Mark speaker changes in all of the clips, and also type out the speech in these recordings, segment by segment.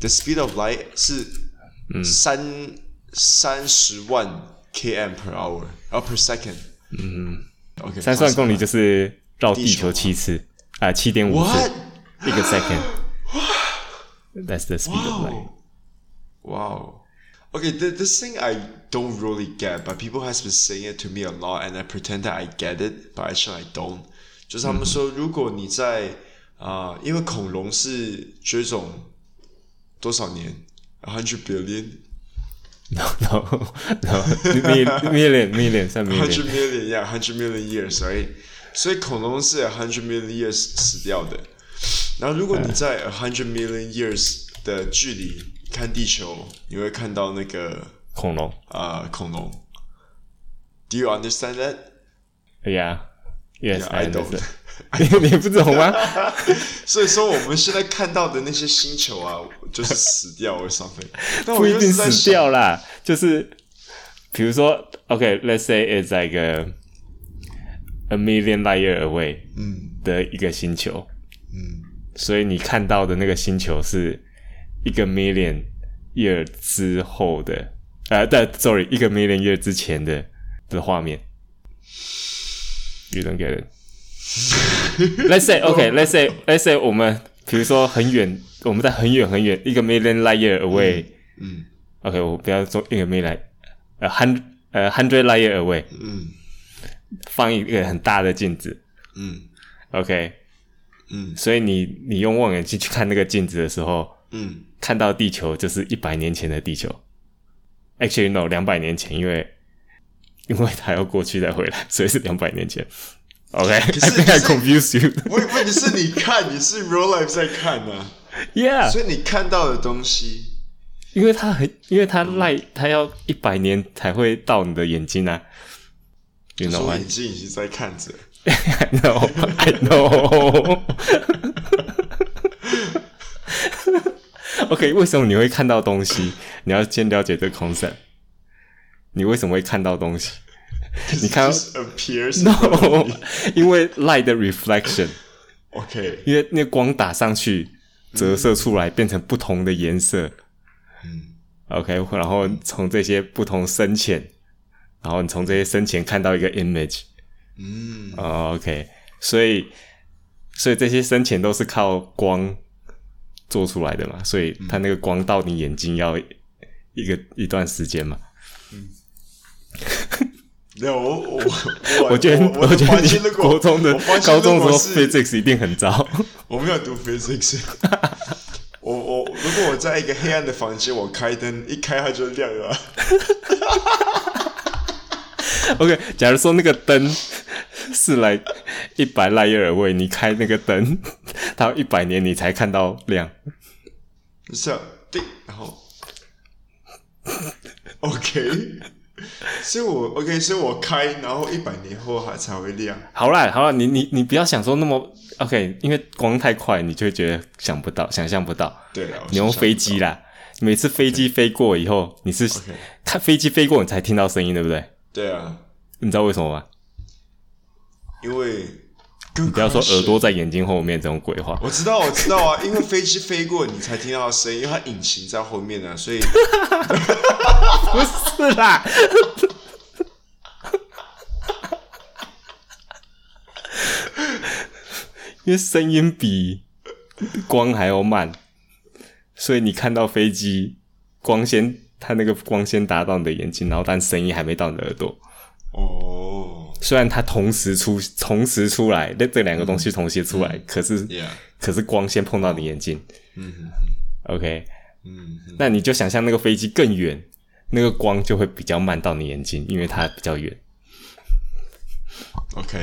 Speaker 1: The speed of light 是三三十万 km per hour，啊 per second。嗯，OK，
Speaker 2: 三十万公里就是是绕地
Speaker 1: 地球
Speaker 2: 球七次啊，七点五次
Speaker 1: what？
Speaker 2: 一个 second。That's the speed of light.
Speaker 1: Wow. Okay, th- this thing I don't really get, but people has been saying it to me a lot, and I pretend that I get it, but actually I don't. 就是他们说，如果你在啊、呃因为恐龙是绝种多少年？A hundred billion,
Speaker 2: No, no, no. Million, million, million, 算
Speaker 1: hundred
Speaker 2: million.
Speaker 1: million, yeah, hundred million years, right? 所以恐龙是 a hundred million years 死掉的。然后如果你在 a hundred million years 的距离看地球，你会看到那个
Speaker 2: 恐龙。
Speaker 1: uh, 恐龙。Do you understand that?
Speaker 2: Yeah. Yes,
Speaker 1: Yeah,
Speaker 2: I
Speaker 1: I don't.
Speaker 2: understand. 你你不懂吗？
Speaker 1: 所以说我们现在看到的那些星球啊，就是死掉 or something。那
Speaker 2: 不
Speaker 1: 我
Speaker 2: 一
Speaker 1: 就
Speaker 2: 定
Speaker 1: 是在
Speaker 2: 死
Speaker 1: 想
Speaker 2: 掉啦，就是比如说，OK，let's、say it's like a a million light year away
Speaker 1: 嗯
Speaker 2: 的一个星球，
Speaker 1: 嗯，
Speaker 2: 所以你看到的那个星球是一个 million year 之后的，呃，但 sorry，一个 million year 之前的的画面。You don't get it. Let's say OK. Let's say Let's say 我们比如说很远，我们在很远很远一个 million light year away、
Speaker 1: 嗯
Speaker 2: OK，我不要说一个 million，呃，hundred 呃 hundred light year away
Speaker 1: 嗯
Speaker 2: 放一个很大的镜子
Speaker 1: 嗯
Speaker 2: ，OK，
Speaker 1: 嗯
Speaker 2: 所以你你用望远镜去看那个镜子的时候，
Speaker 1: 嗯
Speaker 2: 看到地球就是一百年前的地球，actually no 两百年前，因为因为它要过去再回来，所以是两百年前。OK，I、
Speaker 1: 是
Speaker 2: think
Speaker 1: 可
Speaker 2: I
Speaker 1: 是
Speaker 2: confused you 。
Speaker 1: 问问题是你看，你是 real life 在看呢、
Speaker 2: Yeah，
Speaker 1: 所以你看到的东西，
Speaker 2: 因为它很，因为它赖，它要一百年才会到你的眼睛啊。You
Speaker 1: 你
Speaker 2: know
Speaker 1: 说
Speaker 2: why?
Speaker 1: 眼睛已经在看着。
Speaker 2: I know, I know. OK，为什么你会看到东西？你要先了解这个 concept。你为什么会看到东西 你看
Speaker 1: It just appears
Speaker 2: ？No，因为 light 的 reflection，
Speaker 1: OK，
Speaker 2: 因为那光打上去折射出来变成不同的颜色。
Speaker 1: 嗯
Speaker 2: OK，然后从这些不同深浅，然后你从这些深浅看到一个 image。
Speaker 1: 嗯
Speaker 2: 哦，OK，所以所以这些深浅都是靠光做出来的嘛，所以它那个光到你眼睛要一个一段时间嘛。
Speaker 1: ，No，我我我
Speaker 2: 我觉得
Speaker 1: 哦我的
Speaker 2: 觉得
Speaker 1: 发
Speaker 2: 你
Speaker 1: 现如果
Speaker 2: 国中的
Speaker 1: 我发现
Speaker 2: 高中
Speaker 1: 如
Speaker 2: 的时
Speaker 1: 果
Speaker 2: 候
Speaker 1: 是
Speaker 2: physics 一定很糟。
Speaker 1: 我没有读 physics。我我如果我在一个黑暗的房间，我开灯一开它就亮了啊。
Speaker 2: OK，假如说那个灯 是来一百赖耶尔位，你开那个灯， 它一百年你才看到亮。
Speaker 1: 这样对，然后 OK，所以我 OK，所以我开，然后一百年后还才会亮。
Speaker 2: 好啦，好啦，你你你不要想说那么 OK，因为光太快，你就会觉得想不到，想象不到。
Speaker 1: 对啊了，我
Speaker 2: 你用飞机啦，每次飞机飞过以后，你是
Speaker 1: OK
Speaker 2: 看飞机飞过你才听到声音，对不对？
Speaker 1: 对啊，
Speaker 2: 你知道为什么吗？
Speaker 1: 因为你
Speaker 2: 不要说耳朵，在眼睛后面这种鬼话。
Speaker 1: 我知道我知道啊，因为飞机飞过你才听到声音，因为它引擎在后面呢、啊，所以
Speaker 2: 不是啦。因为声音比光还要慢，所以你看到飞机光先，它那个光先打到你的眼睛，然后但声音还没到你的耳朵。
Speaker 1: 哦
Speaker 2: 虽然它同时出同时出来，那这两个东西同时出来，可是
Speaker 1: ，Yeah，
Speaker 2: 可是光先碰到你眼睛。
Speaker 1: 嗯
Speaker 2: OK，
Speaker 1: 嗯嗯
Speaker 2: 那你就想象那个飞机更远，那个光就会比较慢到你眼睛，因为它比较远。
Speaker 1: ，OK。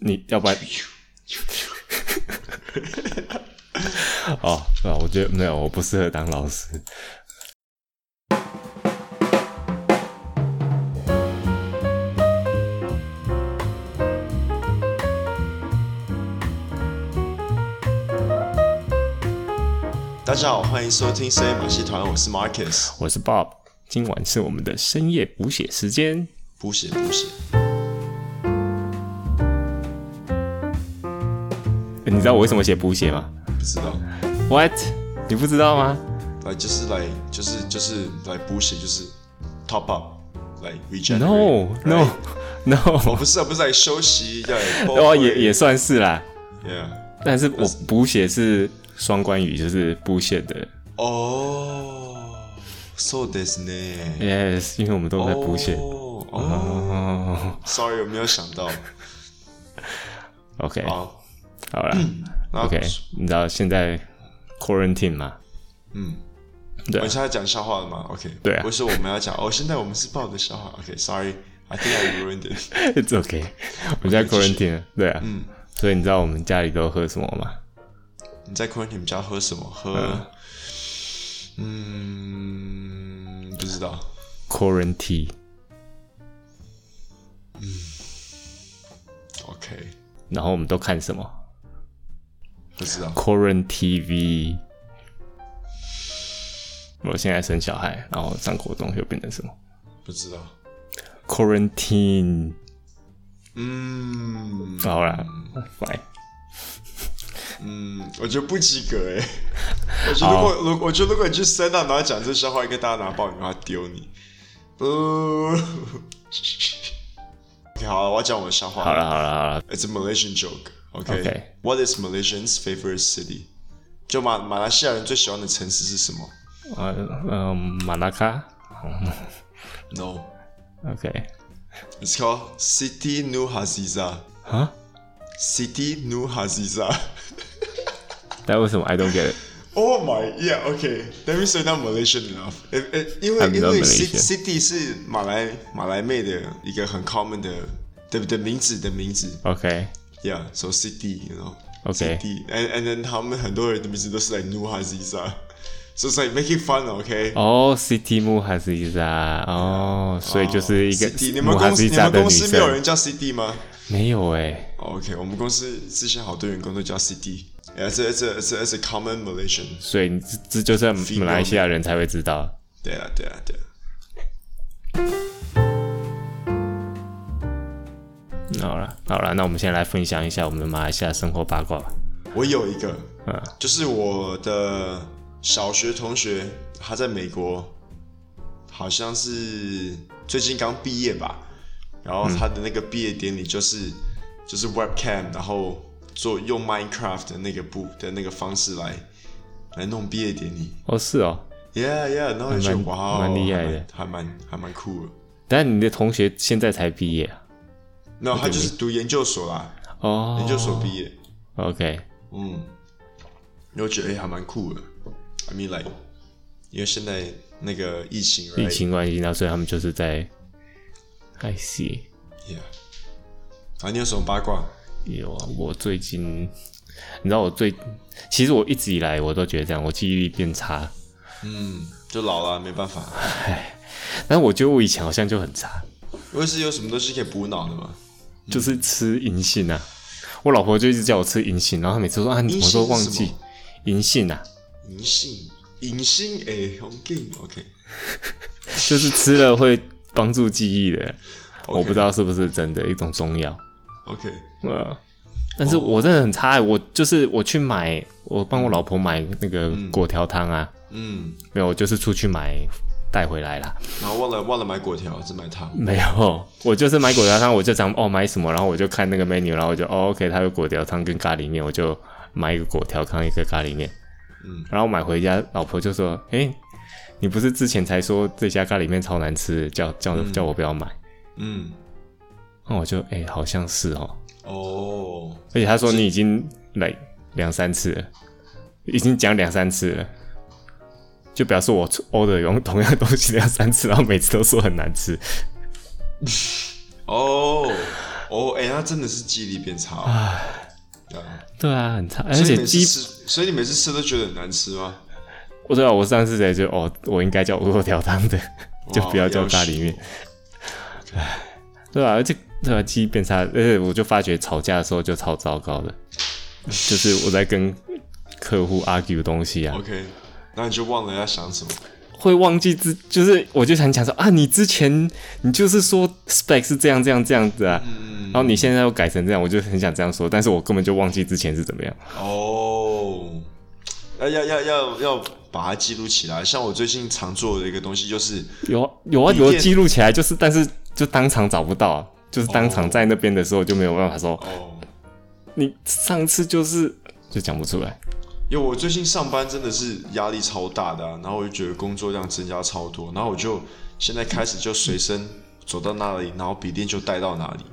Speaker 2: 你要不然 哦，啊，我觉得没有，我不适合当老师。
Speaker 1: 大家好，欢迎收听深夜马戏团，我是 Marcus。
Speaker 2: 我是 Bob，今晚是我们的深夜补血时间。
Speaker 1: 补血补血，
Speaker 2: 你知道我为什么写补血吗
Speaker 1: 不知道
Speaker 2: ？What？你不知道吗？
Speaker 1: 来就是来就是就是来补血，就是 top up，来 regenerate。
Speaker 2: No no no，
Speaker 1: 我不是啊，不是来休息，要来包
Speaker 2: 哦
Speaker 1: 括
Speaker 2: 也也算是啦，
Speaker 1: yeah。
Speaker 2: 但是我补血是双关语，就是补血的
Speaker 1: 哦，so this 呢
Speaker 2: ，yes，因为我们都在补血。
Speaker 1: 哦哦
Speaker 2: 哦
Speaker 1: ，sorry，我没有想到。
Speaker 2: ，OK，
Speaker 1: 好，嗯
Speaker 2: 好啦
Speaker 1: 那
Speaker 2: o k 你知道现在 quarantine 嘛？
Speaker 1: 嗯，我
Speaker 2: 对啊
Speaker 1: 们现在讲笑话了吗？OK，
Speaker 2: 对啊
Speaker 1: 不是我们要讲哦，现在我们是报的笑话。OK，sorry，I think I ruined it。
Speaker 2: ，It's OK，我 们在 quarantine，了对啊，
Speaker 1: 嗯，
Speaker 2: 所以你知道我们家里都喝什么吗？
Speaker 1: 你在 Quentin 你们家喝什么？喝，嗯，不知道。
Speaker 2: quarantine，
Speaker 1: OK，
Speaker 2: 然后我们都看什么
Speaker 1: 不知道。
Speaker 2: ？Quarantine TV。我现在生小孩，然后上国中就变成什么
Speaker 1: 不知道。
Speaker 2: ？Quarantine。
Speaker 1: 嗯
Speaker 2: 好啦，fine。
Speaker 1: 嗯，我觉得不及格 哎、我觉得如果如我觉得如果你去深大然后讲这笑话，应该大家拿爆米花丢你。呃 ，OK，好了，我要讲我的笑话。
Speaker 2: 好了好了好了，
Speaker 1: It's a Malaysian joke. Okay.
Speaker 2: Okay.
Speaker 1: What is Malaysians' favorite city? 就马马来西亚人最喜欢的城市是什么
Speaker 2: 呃呃，马拉卡
Speaker 1: ？No.
Speaker 2: ，OK，
Speaker 1: It's called City New Haziza.
Speaker 2: 啊，
Speaker 1: City New Haziza.
Speaker 2: 但为什么 I don't get it？
Speaker 1: Oh my, yeah, okay. Let me say that Malaysian enough. 呃呃，因为
Speaker 2: I'm
Speaker 1: 因
Speaker 2: not
Speaker 1: 为 Ci-
Speaker 2: Malaysian.
Speaker 1: City 是马来马来妹的一个很 common 的的的名字的名字
Speaker 2: OK，
Speaker 1: ，Yeah, so city, you know.
Speaker 2: Okay.
Speaker 1: City, and and then 他们很多人的名字都是 like New Haziza, so it's like making fun, okay?
Speaker 2: 哦，City 木哈斯伊莎，哦，所以就是一个
Speaker 1: CD，你们
Speaker 2: 木哈
Speaker 1: 公司
Speaker 2: 斯伊
Speaker 1: 你
Speaker 2: 莎
Speaker 1: 们
Speaker 2: 的
Speaker 1: 公
Speaker 2: 女
Speaker 1: 司没有人
Speaker 2: 生，
Speaker 1: 叫 CD 吗哦
Speaker 2: 没有哎，
Speaker 1: ？OK，我们公司之前好多员工都叫 CD。Yeah, it's a, it's a, it's a, it's a common Malaysian.
Speaker 2: 所以这这就是马来西亚人才会知道。
Speaker 1: 对啊，对啊，对啊。
Speaker 2: 好了好了，那我们先来分享一下我们的马来西亚生活八卦吧。
Speaker 1: 我有一个，
Speaker 2: 嗯
Speaker 1: 就是我的小学同学，他在美国，好像是最近刚毕业吧。然后他的那个毕业典礼就是、就是 webcam，然后做用 Minecraft 的那个部的那个方式来来弄毕业典礼。
Speaker 2: 哦是哦，
Speaker 1: Yeah, yeah，然后就觉得
Speaker 2: 还蛮
Speaker 1: 哇哦，
Speaker 2: 蛮厉害的
Speaker 1: 还蛮，还蛮还蛮酷的。
Speaker 2: 但你的同学现在才毕业啊？
Speaker 1: 那他就是读研究所啦，
Speaker 2: 哦，
Speaker 1: 研究所毕业，
Speaker 2: OK，
Speaker 1: 嗯，然后觉得哎、还蛮酷的。I mean like，因为现在那个疫情，
Speaker 2: 疫情关系，那所以他们就是在，I see。
Speaker 1: ，Yeah。啊，你有什么八卦？
Speaker 2: 有啊，我最近，你知道我最，其实我一直以来我都觉得这样，我记忆力变差。
Speaker 1: 嗯，就老了，没办法。
Speaker 2: 但我觉得我以前好像就很差，
Speaker 1: 我也是有什么东西可以补脑的嘛？
Speaker 2: 就是吃银杏啊。我老婆就一直叫我吃银杏，然后她每次说啊，你怎么都忘
Speaker 1: 银杏是
Speaker 2: 记
Speaker 1: 什么
Speaker 2: 银杏啊，
Speaker 1: 银杏，银杏哎，红杏，OK，
Speaker 2: 就是吃了会帮助记忆的。
Speaker 1: OK
Speaker 2: 我不知道是不是真的一种中药，
Speaker 1: OK，
Speaker 2: 呃，但
Speaker 1: 哦
Speaker 2: 是我真的很差、欸，我就是我去买，我帮我老婆买那个果条汤啊，
Speaker 1: 嗯，
Speaker 2: 没有，我就是出去买带回来啦。
Speaker 1: 然后忘了忘了买果条，只买糖。
Speaker 2: 没有，我就是买果条汤，我就想哦买什么，然后我就看那个 menu，然后我就哦 OK，它有果条汤跟咖喱面，我就买一个果条汤一个咖喱面，
Speaker 1: 嗯，
Speaker 2: 然后买回家，老婆就说，哎，你不是之前才说这家咖喱面超难吃，叫叫叫我不要买，
Speaker 1: 嗯，
Speaker 2: 那、我就哎好像是哦，
Speaker 1: 哦，
Speaker 2: 而且他说你已经来两三次了，已经讲两三次了。就表示我 order 用同样的东西两三次，然后每次都说很难吃，
Speaker 1: 哦，哦，哎、他真的是记忆力变差了。啊，
Speaker 2: 对啊，很差，而
Speaker 1: 所以每
Speaker 2: 且
Speaker 1: 次
Speaker 2: 基
Speaker 1: 吃，所以你每次吃都觉得很难吃吗？
Speaker 2: 我知道我上次才就哦，我应该叫乌肉条汤的， 就不
Speaker 1: 哦
Speaker 2: 要叫咖喱面，对啊吧、而且对吧、记忆变差，而且我就发觉吵架的时候就超糟糕的，就是我在跟客户 argue 东西啊
Speaker 1: 要，死。OK，那你就忘了要想什么。
Speaker 2: 会忘记之，就是我就想讲说啊，你之前你就是说 spec 是这样这样这样子啊，然后你现在又改成这样，我就很想这样说，但是我根本就忘记之前是怎么样。
Speaker 1: 哦，要要要要要把它记录起来。像我最近常做的一个东西就是，
Speaker 2: 有啊有啊
Speaker 1: 笔
Speaker 2: 有啊
Speaker 1: 电
Speaker 2: 记录起来，就是但是就当场找不到啊、就是当
Speaker 1: 哦
Speaker 2: 场在那边的时候就没有办法说、
Speaker 1: 哦，
Speaker 2: 你上次就是就讲不出来。
Speaker 1: 因为我最近上班真的是压力超大的、啊，然后我就觉得工作量增加超多，然后我就现在开始就随身走到哪里，然后笔电就带到哪里，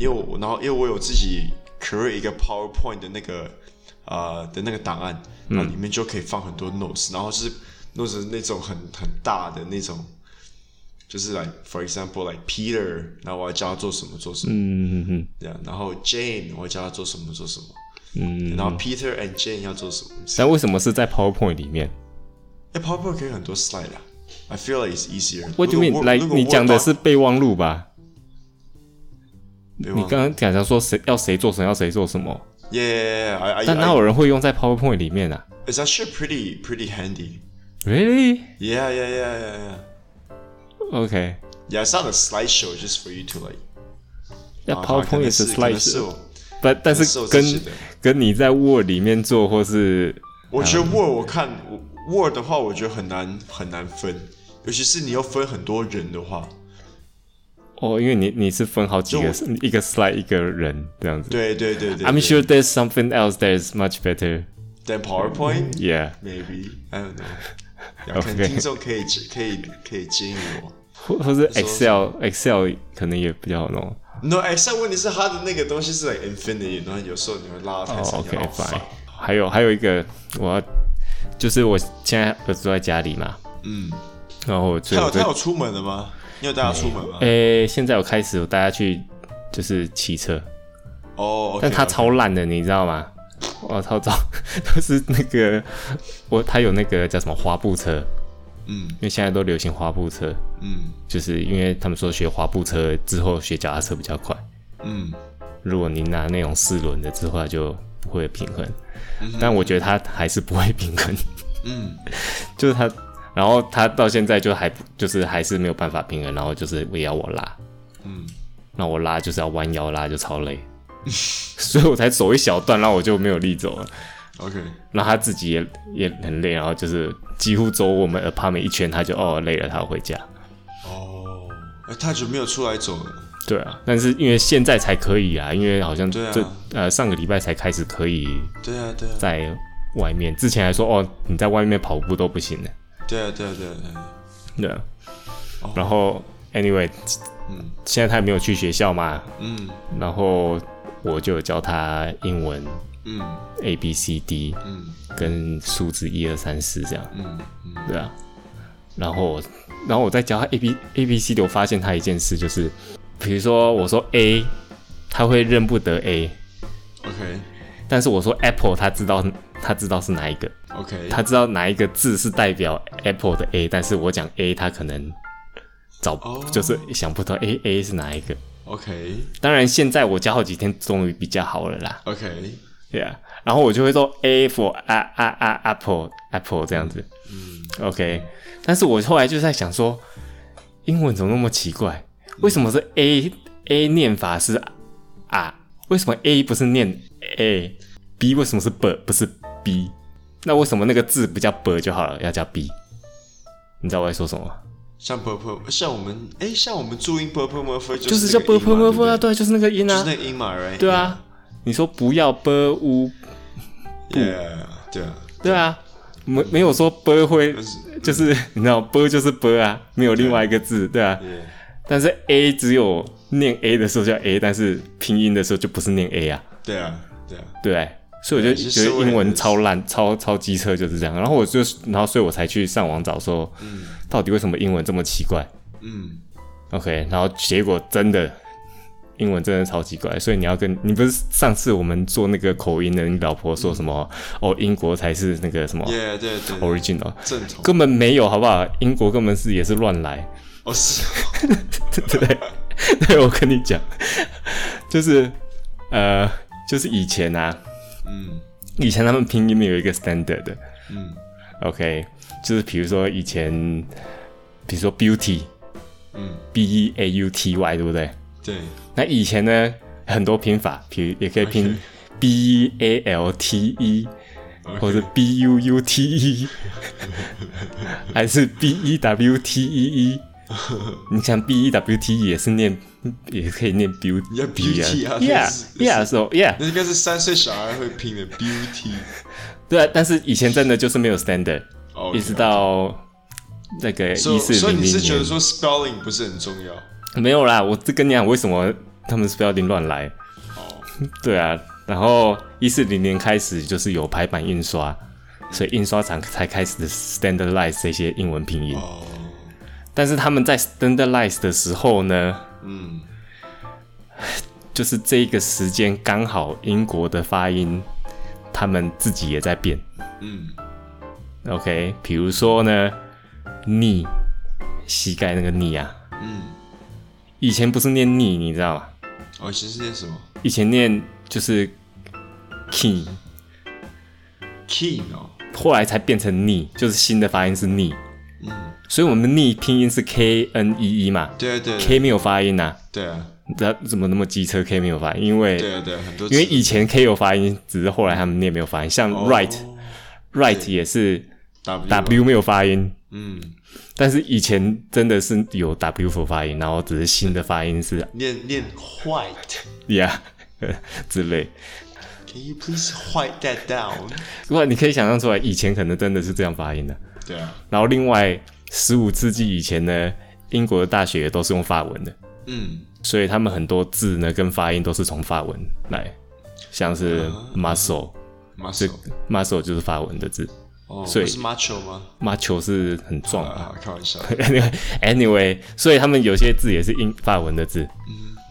Speaker 1: 因为我然后因为我有自己 create 一个 PowerPoint 的那个呃的那个档案，然
Speaker 2: 嗯
Speaker 1: 后里面就可以放很多 notes，、然后是 notes 是那种很很大的那种，就是来 for example like Peter，然后我要教他做什么做什么，
Speaker 2: 嗯嗯
Speaker 1: 这样，然后 Jane 我要教他做什么做什么，
Speaker 2: 嗯嗯。
Speaker 1: 然后 Peter and Jane 要做什么。
Speaker 2: 但为什么是在 PowerPoint 里面
Speaker 1: 哎、p o w e r p o i n t 可以很多 slide 啊。I feel like it's easier.
Speaker 2: ？What do
Speaker 1: 如果
Speaker 2: you mean？
Speaker 1: Word-
Speaker 2: 来，
Speaker 1: 如果
Speaker 2: 你
Speaker 1: Word
Speaker 2: 讲的
Speaker 1: 到
Speaker 2: 是备忘录吧？
Speaker 1: 备
Speaker 2: 你
Speaker 1: 忘
Speaker 2: 刚刚讲讲说谁要谁做什么，要谁做什么，
Speaker 1: Yeah, I, I,
Speaker 2: 但哪
Speaker 1: I,
Speaker 2: 有人会用在 PowerPoint 里面啊
Speaker 1: it's actually pretty, pretty handy.
Speaker 2: ？Really？OK，、
Speaker 1: Yeah, yeah, yeah, yeah, yeah.
Speaker 2: OK
Speaker 1: Yeah, it's not a slideshow just for you to like.
Speaker 2: 要
Speaker 1: 啊
Speaker 2: PowerPoint
Speaker 1: 可能
Speaker 2: 也
Speaker 1: 是
Speaker 2: 是
Speaker 1: 可能是
Speaker 2: slide，
Speaker 1: 我
Speaker 2: 但
Speaker 1: 可能
Speaker 2: 但
Speaker 1: 是
Speaker 2: 是
Speaker 1: 我
Speaker 2: 跟
Speaker 1: 自己的
Speaker 2: 跟你在 Word 里面做或是
Speaker 1: 我觉得 Word 我看我 Word 的话，我觉得很难很难分，尤其是你要分很多人的话，
Speaker 2: 哦，因为你你是分好几个
Speaker 1: 就
Speaker 2: 一个 slide 一个人这样子。
Speaker 1: 对对对对。
Speaker 2: I'm
Speaker 1: 对
Speaker 2: sure there's something else that is much better.
Speaker 1: Then PowerPoint,
Speaker 2: Yeah.
Speaker 1: maybe I don't know. 呀
Speaker 2: OK
Speaker 1: 可能听众可以可以可以建议我。
Speaker 2: 或或是
Speaker 1: 什么
Speaker 2: Excel Excel 可能也比较好弄。
Speaker 1: No Excel 问题是它的那个东西是 like infinity，然后有时候你会拉到
Speaker 2: 哦
Speaker 1: 太长，
Speaker 2: ，OK
Speaker 1: 然后
Speaker 2: fine
Speaker 1: 放。
Speaker 2: 还有还有一个，我要就是我现在我住在家里嘛，
Speaker 1: 嗯，
Speaker 2: 然后我最
Speaker 1: 他有
Speaker 2: 后
Speaker 1: 他
Speaker 2: 就
Speaker 1: 有出门的吗？你有带他出门吗？
Speaker 2: 诶，现在我开始我带他去就是骑车，
Speaker 1: 哦，
Speaker 2: 但他超烂的，你知道吗？我超糟， 都是那个我他有那个叫什么滑步车，
Speaker 1: 嗯
Speaker 2: 因为现在都流行滑步车，
Speaker 1: 嗯
Speaker 2: 就是因为他们说学滑步车之后学脚踏车比较快。
Speaker 1: 嗯
Speaker 2: 如果你拿那种四轮的之后，它就不会平衡。但我觉得它还是不会平衡，
Speaker 1: 嗯，
Speaker 2: 就是它，然后它到现在就还不就是还是没有办法平衡，然后就是也要我拉，
Speaker 1: 嗯，
Speaker 2: 那我拉就是要弯腰拉，就 超累，所以我才走一小段，然后我就没有力走了。
Speaker 1: ，OK，
Speaker 2: 然后他自己也也很累，然后就是几乎走我们 apartment 一圈，他就哦累了，他要回家。
Speaker 1: 哦，哎，太久没有出来走了，
Speaker 2: 对啊，但是因为现在才可以啊，因为好像
Speaker 1: 对啊
Speaker 2: 这、呃上个礼拜才开始可以
Speaker 1: 对啊对啊，
Speaker 2: 在外面，之前还说哦你在外面跑步都不行呢，
Speaker 1: 对啊对啊对啊对啊，
Speaker 2: 对啊。然后 anyway，
Speaker 1: 嗯
Speaker 2: 现在他也没有去学校嘛，
Speaker 1: 嗯
Speaker 2: 然后我就教他英文
Speaker 1: 嗯
Speaker 2: A B C D
Speaker 1: 嗯
Speaker 2: 跟数字一二三四这样，
Speaker 1: 嗯嗯，
Speaker 2: 对啊。然后我然后我在教他 A B A B C D，我发现他一件事就是，比如说我说 A，他会认不得 A。
Speaker 1: ，OK
Speaker 2: 但是我说 Apple，他知道他知道是哪一个，
Speaker 1: OK，
Speaker 2: 他知道哪一个字是代表 Apple 的 A，但是我讲 A，他可能找、
Speaker 1: 哦
Speaker 2: 就是想不到 A A 是哪一个。
Speaker 1: OK
Speaker 2: 当然，现在我教好几天，终于比较好了啦。
Speaker 1: OK，
Speaker 2: 对啊，然后我就会说 A for 啊啊啊 Apple Apple 这样子。嗯，OK。但是我后来就在想说，英文怎么那么奇怪？为什么是 A A 念法是啊？为什么 A 不是念 A？B 为什么是 b 不是 B？那为什么那个字不叫 b 就好了，要叫 B？你知道我在说什么吗？
Speaker 1: 像 purple，像我们哎，像我们注音 purple murphy
Speaker 2: 就
Speaker 1: 是
Speaker 2: 是叫
Speaker 1: 那个
Speaker 2: b u
Speaker 1: 音嘛
Speaker 2: p u
Speaker 1: 对
Speaker 2: p
Speaker 1: 不
Speaker 2: 啊，
Speaker 1: 对，
Speaker 2: 对，就是那个音
Speaker 1: 就是
Speaker 2: 啊，
Speaker 1: 那个音嘛，right？
Speaker 2: 对啊。你说不要 b u，
Speaker 1: ，Yeah，对啊，
Speaker 2: 对啊，没没有说 b 会
Speaker 1: 但是
Speaker 2: 就是 你知道 b 就是 b 啊，没有另外一个字，对啊。
Speaker 1: ，Yeah。
Speaker 2: 但是 a 只有念 a 的时候叫 a，但是拼音的时候就不是念 a 啊，
Speaker 1: 对啊，对啊，
Speaker 2: 对不对。所以我就
Speaker 1: 对是
Speaker 2: 觉得
Speaker 1: 社会
Speaker 2: 英文
Speaker 1: 人士
Speaker 2: 超烂、超超机车就是这样。然后我就，然后所以我才去上网找说，到底为什么英文这么奇怪
Speaker 1: 嗯，
Speaker 2: ？OK，然后结果真的英文真的超奇怪。所以你要跟你不是上次我们做那个口音的，你老婆说什么？哦，英国才是那个什么
Speaker 1: 嗯耶、yeah,，对对
Speaker 2: original，
Speaker 1: 正统，
Speaker 2: 根本没有，好不好？英国根本是也是乱来，
Speaker 1: 哦是，
Speaker 2: 对 不对？对，我跟你讲，就是呃，就是以前啊，
Speaker 1: 嗯
Speaker 2: 以前他们拼音有一个 standard 的
Speaker 1: 嗯
Speaker 2: ，OK，就是比如说以前，比如说 beauty
Speaker 1: 嗯，
Speaker 2: b e a u t y，对不对？
Speaker 1: 对，
Speaker 2: 那以前
Speaker 1: 啊
Speaker 2: 呢，很多拼法，比如也可以拼 b e a l t e
Speaker 1: 哦
Speaker 2: 或者 B U U T E，还是 B E W T E E。你想 B E W T E 也是念，也可以念
Speaker 1: Yeah,
Speaker 2: beauty
Speaker 1: beauty
Speaker 2: 啊
Speaker 1: 啊
Speaker 2: ，Yeah
Speaker 1: 这是
Speaker 2: Yeah so Yeah，
Speaker 1: 那应该是三岁小孩会拼的 beauty。
Speaker 2: 对啊，但是以前真的就是没有 standard，
Speaker 1: 哦
Speaker 2: 一直到那个一
Speaker 1: So-
Speaker 2: 四
Speaker 1: 所以
Speaker 2: 零
Speaker 1: 你是觉得
Speaker 2: 零
Speaker 1: 说 spelling 不是很重要？
Speaker 2: 年没有啦，我这跟你讲为什么他们是不要零乱来，
Speaker 1: 哦，
Speaker 2: 对啊，然后一四零年开始就是有排版印刷，所以印刷厂才开始 standardize 这些英文拼音。
Speaker 1: 哦，
Speaker 2: 但是他们在 standardize 的时候呢，
Speaker 1: 嗯，
Speaker 2: 就是这一个时间刚好英国的发音，他们自己也在变。
Speaker 1: 嗯，
Speaker 2: OK，比如说呢，knee 膝盖那个 knee 啊，
Speaker 1: 嗯，
Speaker 2: 以前不是念 knee，你知道吗？
Speaker 1: 哦，以前是念什么
Speaker 2: 以前念就是 key，
Speaker 1: ？Keen 哦，
Speaker 2: 后来才变成 knee，就是新的发音是 knee。
Speaker 1: 嗯，
Speaker 2: 所以我们 knee 拼音是 K N E E 嘛
Speaker 1: 对啊，对啊，
Speaker 2: ，K 没有发音呐、啊，
Speaker 1: 对啊，
Speaker 2: 那怎么那么机车 K 没有发音？因为
Speaker 1: 对啊，对啊，很多
Speaker 2: 因为
Speaker 1: 词
Speaker 2: 以前 K 有发音，只是后来他们念没有发音，像
Speaker 1: 哦
Speaker 2: right、right 也是
Speaker 1: W
Speaker 2: W 没有发音，
Speaker 1: 嗯，
Speaker 2: 但是以前真的是有 W 辅发音，然后只是新的发音是
Speaker 1: 念念 white。
Speaker 2: yeah 之类。
Speaker 1: Can you please white that down？
Speaker 2: 不过你可以想象出来，以前可能真的是这样发音的、
Speaker 1: 对啊，
Speaker 2: 然后另外，十五世纪以前呢，英国的大学也都是用法文的，
Speaker 1: 嗯，
Speaker 2: 所以他们很多字呢跟发音都是从法文来，像是 muscle、
Speaker 1: 马
Speaker 2: 这
Speaker 1: 手，
Speaker 2: muscle 就是法文的字
Speaker 1: 哦，
Speaker 2: 所以
Speaker 1: 不是 macho 吗？
Speaker 2: ，muscle 是很壮
Speaker 1: 啊，
Speaker 2: 啊。
Speaker 1: 开玩笑，
Speaker 2: anyway anyway，所以他们有些字也是英法文的字。